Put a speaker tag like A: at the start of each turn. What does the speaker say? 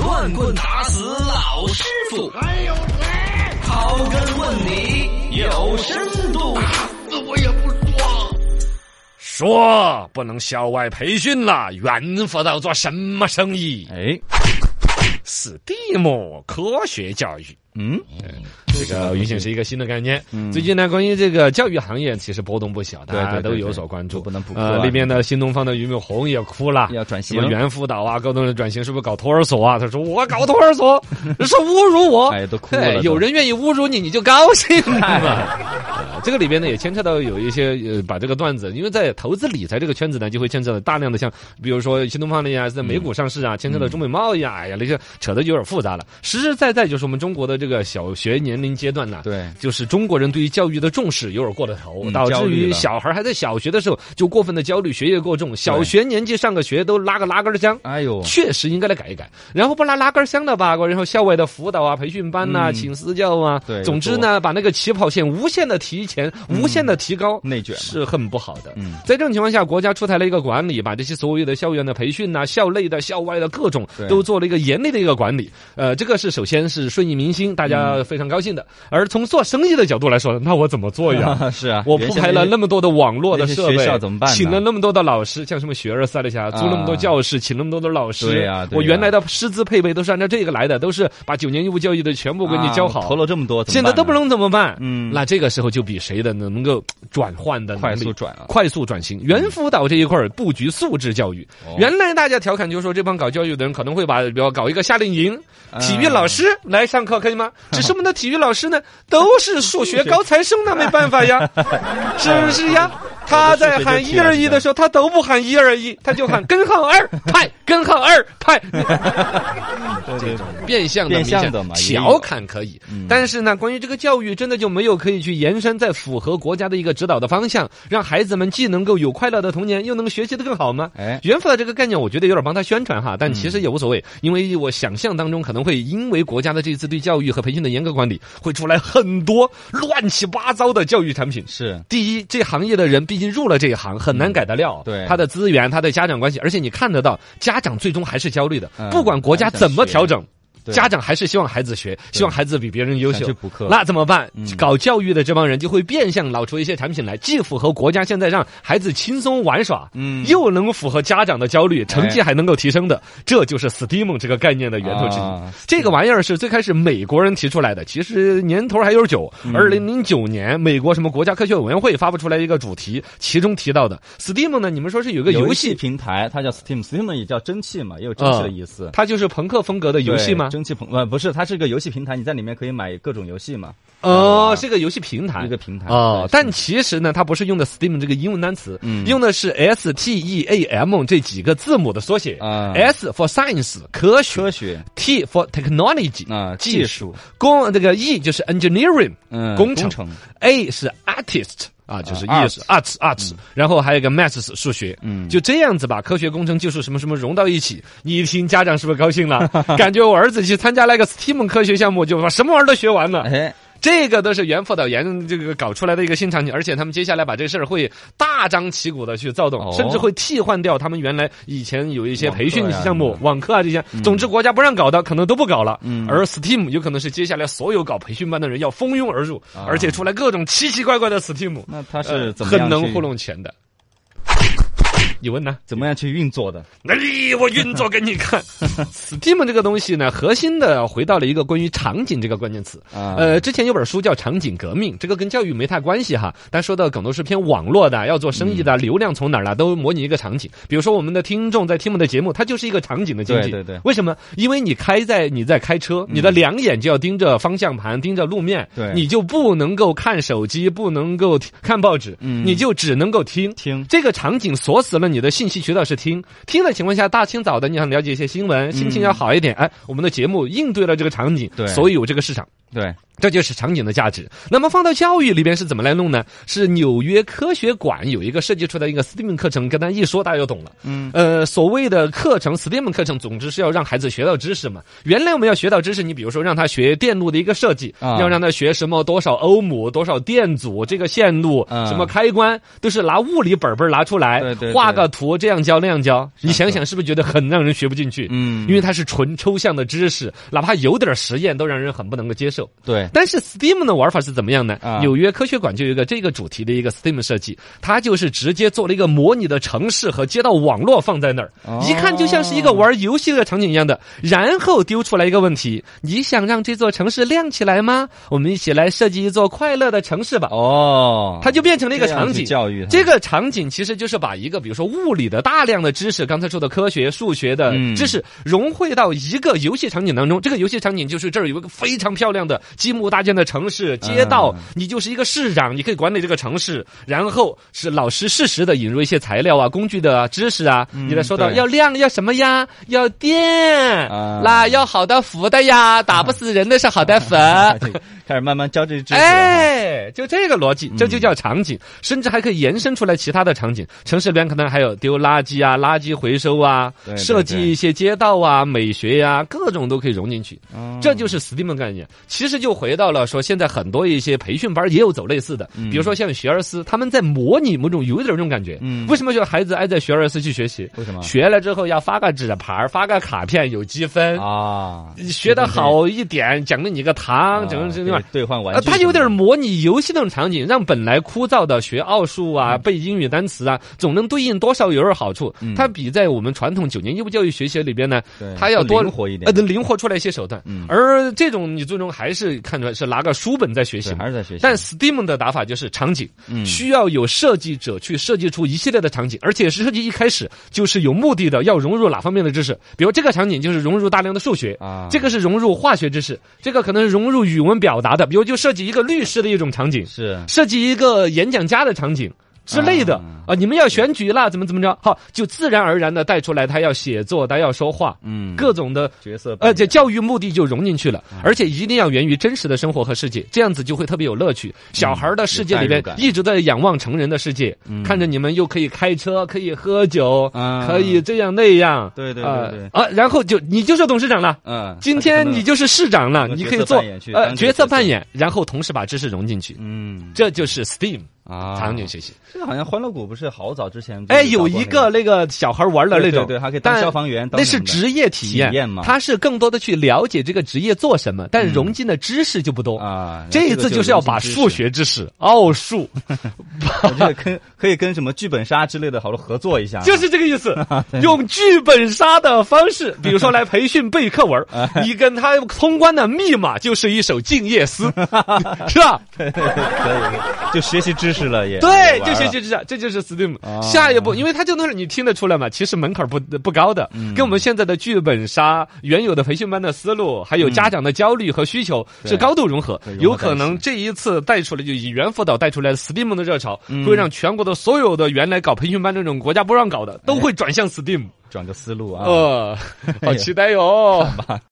A: 乱棍打死老师傅，还有谁？刨根问底有深度。
B: 死我也不说。
C: 说不能校外培训了，猿辅导做什么生意？
A: 哎，
C: 史蒂姆科学教育，
A: 嗯，
C: 这个明显是一个新的概念。最近呢，关于这个教育行业其实波动不小，大
A: 对
C: 家
A: 对
C: 都
A: 对
C: 有
A: 对
C: 所关注。
A: 不能不哭
C: 呃
A: 啊，
C: 那边的新东方的俞敏洪也哭了，
A: 要转
C: 什
A: 型
C: 么，猿辅导啊，高等人转型是不是搞托儿所啊？他说我搞托 儿所是侮辱我，
A: 哎，都哭了
C: 对
A: 都，
C: 有人愿意侮辱你，你就高兴嘛。呃哎这个里边呢，也牵扯到有一些呃，把这个段子，因为在投资理财这个圈子呢，就会牵扯到大量的像，比如说呃新东方的呀，在美股上市啊，牵扯到中美贸易啊，哎呀，那些扯的有点复杂了。实实在在就是我们中国的这个小学年龄阶段呐，
A: 对，
C: 就是中国人对于教育的重视有点过了头，
A: 嗯
C: 导
A: 焦
C: 致
A: 虑
C: 于
A: 了
C: 小孩还在小学的时候就过分的焦虑，学业过重，小学年纪上个学都拉个拉杆儿箱。
A: 哎呦，
C: 确实应该来改一改，然后不拉拉杆箱的吧，然后校外的辅导啊、培训班呐、
A: 嗯
C: 请私教啊，
A: 对嗯
C: 总之呢，把那个起跑线无限的提前、无限的提高，
A: 内卷嘛
C: 是很不好的。
A: 嗯
C: 在这种情况下，国家出台了一个管理，把这些所有的校园的培训呐、校内的、校外的各种
A: 对
C: 都做了一个严厉的一个管理。呃，这个是首先是顺应民心，大
A: 嗯
C: 家非常高兴的。而从做生意的角度来说，那我怎么 做呀？
A: 是啊，
C: 我
A: 原
C: 铺
A: 先
C: 排
A: 那
C: 了
A: 些
C: 那么多的网络的设备，
A: 那些学校怎么办呢
C: 请了那么多的老师，像什么学而思的下，租那么多教室，请那么多的老师。
A: 对呀对呀
C: 我原来的师资配备都是按照这个来的，都是把九年义务教育的全部给你教好。
A: 啊投了这么多，怎么
C: 现在
A: 办
C: 都不
A: 呢
C: 能怎么办？
A: 嗯
C: 那这个时候就比谁的能够转换的能
A: 快
C: 力
A: 速转啊
C: 快速转型。猿辅导这一块儿布局素质教育，
A: 哦
C: 原来大家调侃就说这帮搞教育的人可能会把，比如搞一个夏令营，
A: 啊
C: 体育老师来上课可 以吗？只是我们的体育老师呢，都是数学高材生，那没办 法呀，是不是呀？他在喊一二一的时候，他都不喊一二一，他就喊根号二派，根号二派。
A: 对对对
C: 变相的、
A: 变相
C: 明显
A: 的嘛也有嗯
C: 调侃可以。但是呢，关于这个教育，真的就没有可以去延伸，在符合国家的一个指导的方向，让孩子们既能够有快乐的童年，又能学习的更好吗？
A: 哎
C: 猿辅导这个概念，我觉得有点帮他宣传哈，但其实也无所谓，因为我想象当中可能会因为国家的这次对教育和培训的严格管理，会出来很多乱七八糟的教育产品。
A: 是
C: 第一，这行业的人毕竟入了这一行，很难改得了。
A: 嗯对
C: 他的资源，他的家长关系，而且你看得到，家长最终还是焦虑的。
A: 嗯
C: 不管国家怎么调整，
A: 对
C: 家长还是希望孩子学，希望孩子比别人优
A: 想
C: 秀
A: 去。补课，
C: 那怎么办
A: 嗯？
C: 搞教育的这帮人就会变相老出一些产品来，既符合国家现在让孩子轻松玩耍，
A: 嗯哎
C: 又能符合家长的焦虑，成绩还能够提升的，这就是 STEAM 这个概念的源头之一。
A: 啊
C: 这个玩意儿是最开始美国人提出来的，其实年头还有点久。
A: 嗯
C: 二零零九年，美国什么国家科学委员会发布出来一个主题，其中提到的 Steam 呢，你们说是有个游
A: 游
C: 戏，
A: 平台，它叫 Steam，Steam 也叫蒸汽嘛，也有蒸汽的意思。
C: 它就是朋克风格啊的游戏
A: 对
C: 吗？
A: 蒸汽朋呃不是，它是一个游戏平台，你在里面可以买各种游戏嘛，
C: 哦，是个游戏平台，
A: 啊一个平台
C: 哦
A: 对，
C: 但其实呢，它不是用的 Steam 这个英文单词，
A: 嗯
C: 用的是 S T E A M 这几个字母的缩写。
A: 啊
C: S for science 科学
A: 科学
C: ，T for technology
A: 啊
C: 技
A: 技
C: 术
A: 术，
C: 工这个 E 就是 engineering
A: 嗯
C: 工
A: 程
C: 程，A 是 artist 啊，就是
A: 啊
C: yes arts 嗯 arts，然后还有一个 maths 是数学，
A: 嗯
C: 就这样子把科学、工程、技术什么什么融到一起，你一听家长是不是高兴 了？感觉我儿子去参加那个 STEAM 科学项目，就把什么玩意儿都学完了。
A: 哎
C: 这个都是袁辅导员这个搞出来的一个新场景，而且他们接下来把这事儿会大张旗鼓的去躁动，
A: 哦
C: 甚至会替换掉他们原来以前有一些培训
A: 网课呀
C: 项目、网课啊这些。总之，国家不让搞的，可能都不搞了。而 STEAM 有可能是接下来所有搞培训班的人要蜂拥而入，而且出来各种奇奇怪怪的 STEAM，
A: 那它
C: 呃
A: 是怎么
C: 很
A: 样
C: 能
A: 去
C: 糊弄钱的。你问呢？
A: 怎么样去运作的？
C: 那里我运作给你看。Steam 这个东西呢，核心的回到了一个关于场景这个关键词。
A: 啊
C: 呃，之前有本书叫《场景革命》，这个跟教育没太关系哈，但说的梗都是偏网络的，要做生意的，流量从哪儿来都模拟一个场景。比如说我们的听众在听我们的节目，它就是一个场景的经济。
A: 对对对
C: 为什么？因为你开在你在开车，你的两眼就要盯着方向盘，盯着路面，
A: 对
C: 你就不能够看手机，不能够听看报纸，
A: 嗯
C: 你就只能够听。
A: 听
C: 这个场景锁死了你的信息渠道是听，听的情况下，大清早的你想了解一些新闻，心情要好一点，哎，我们的节目应对了这个场景，
A: 嗯对
C: 所以有这个市场。
A: 对
C: 这就是场景的价值。那么放到教育里边是怎么来弄呢？是纽约科学馆有一个设计出来一个 STEAM 课程，跟他一说大家就懂了。嗯，呃，所谓的课程 STEAM 课程，总之是要让孩子学到知识嘛。原来我们要学到知识，你比如说让他学电路的一个设计，
D: 啊
C: 要让他学什么多少欧姆、多少电阻、这个线路、
D: 嗯
C: 什么开关，都是拿物理本本拿出来
D: 对对对
C: 画个图，这样教那样教。你想想是不是觉得很让人学不进去？
D: 嗯
C: 因为它是纯抽象的知识，哪怕有点实验都让人很不能够接受。
D: 对，
C: 但是 STEAM 的玩法是怎么样呢？
D: 啊
C: 纽约科学馆就有一个这个主题的一个 STEAM 设计，它就是直接做了一个模拟的城市和街道网络放在那儿，
D: 哦
C: 一看就像是一个玩游戏的场景一样的。然后丢出来一个问题：你想让这座城市亮起来吗？我们一起来设计一座快乐的城市吧。
D: 哦，
C: 它就变成了一个
D: 这样
C: 场
D: 去
C: 景，
D: 教育他
C: 这个场景其实就是把一个比如说物理的大量的知识，刚才说的科学、数学的
D: 嗯
C: 知识融汇到一个游戏场景当中。这个游戏场景就是这儿有一个非常漂亮的积木搭建的城市街道，
D: 嗯
C: 你就是一个市长，你可以管理这个城市。然后是老师适时的引入一些材料啊、工具的啊知识啊，你来说到
D: 嗯对
C: 要亮要什么呀，要电，
D: 啊
C: 那要好的福的呀，打不死人的是好的福。
D: 开始慢慢教这知识了哈。嗯
C: 哎，就这个逻辑，这就叫场景，甚至还可以延伸出来其他的场景。城市里边可能还有丢垃圾啊、垃圾回收啊，
D: 对对
C: 设计一些街道啊、美学呀、各种都可以融进去。
A: 嗯
D: 哦
C: 这就是 STEAM 的概念。其实就回到了说，现在很多一些培训班也有走类似的，比如说像学而思，他们在模拟某种有点儿这种感觉。
D: 嗯
C: 为什么叫孩子爱在学而思去学习？
D: 为什么
C: 学了之后要发个纸牌儿、发个卡片，有积分。
D: 啊，
C: 学得好一点，奖励你个糖，奖励
D: 这
C: 这另外
D: 啊兑换玩
C: 呃，
D: 具什么的，
C: 它有点模拟游戏那种场景，让本来枯燥的学奥数啊、
D: 嗯
C: 背英语单词啊，总能对应多少有点好处。它比在我们传统九年义务教育学习里边呢
D: 对，
C: 它要
D: 更
C: 多
D: 灵活一点嗯
C: 呃，能灵活出来一些手段。而这种你最终还是看出来是拿个书本在学习
D: 对，
C: 嘛，
D: 还是在学习，嗯
C: 但 STEAM 的打法就是场景，需要有设计者去设计出一系列的场景，而且是设计一开始就是有目的的，要融入哪方面的知识。比如这个场景就是融入大量的数学
D: 啊
C: 这个是融入化学知识，这个可能是融入语文表达的，比如就设计一个律师的一种场景，
D: 是
C: 设计一个演讲家的场景。之类的啊、你们要选举啦，怎么怎么着？好，就自然而然的带出来，他要写作，他要说话，
D: 嗯
C: 各种的
D: 角色扮
C: 呃，这
D: 演
C: 教育目的就融进去了，
D: 嗯
C: 而且一定要源于真实的生活和世界，这样子就会特别有乐趣。小孩儿的世界里边
D: 嗯有代入感嗯
C: 一直在仰望成人的世界，看着你们又可以开车，可以喝酒，
D: 啊
C: 可以这样那样，
D: 对对
C: 呃
D: 对对
C: 啊，然后就你就是董事长了。
D: 嗯，
C: 啊今
D: 他就
C: 天
D: 可能
C: 你就是市长了，
D: 那
C: 你
D: 角
C: 可以
D: 色
C: 做
D: 扮演去当
C: 呃
D: 这个
C: 角
D: 角
C: 色
D: 色
C: 扮演，然后同时把知识融进去，
D: 嗯
C: 这就是 STEAM
D: 啊，
C: 场景学习。
D: 这个好像欢乐谷不是好早之前就
C: 哎，
D: 搞
C: 有
D: 过
C: 一
D: 那
C: 个那个小孩玩的那种，
D: 对对对还可以当
C: 但
D: 消防员当
C: 那
D: 什
C: 是
D: 么的
C: 职业体验，
D: 体验嘛嗯
C: 他是更多的去了解这个职业做什么，但融进的知识就不多。
D: 啊，
C: 这一
D: 个
C: 次
D: 就
C: 就是
D: 融
C: 要
D: 进
C: 把
D: 知
C: 数
D: 识，啊
C: 学知识、奥数，
D: 我觉得跟可以跟什么剧本杀之类的好多合作一下，
C: 就是这个意思，
D: 啊
C: 用剧本杀的方 式，比如说来培训背课文
D: 啊
C: 儿，你跟他通关的密码就是一首《静夜 思》，是吧？
D: 可以 就学习知识了也
C: 对，
D: 也
C: 就
D: 玩
C: 学
D: 了
C: 习知识，这就是 STEAM。
D: 啊
C: 下一步，因为它这东西你听得出来嘛，其实门槛不不高的，
D: 嗯
C: 跟我们现在的剧本杀、原有的培训班的思路，还有家长的焦虑和需求是高度融合
D: 嗯对。融合
C: 有可能这一次带出来就语言辅导带出来的 STEAM 的热潮，
D: 嗯
C: 会让全国的所有的原来搞培训班这种国家
D: 啊
C: 不让搞的，都会转向 STEAM。
D: 转个思路啊。
C: 呃，好期待哟！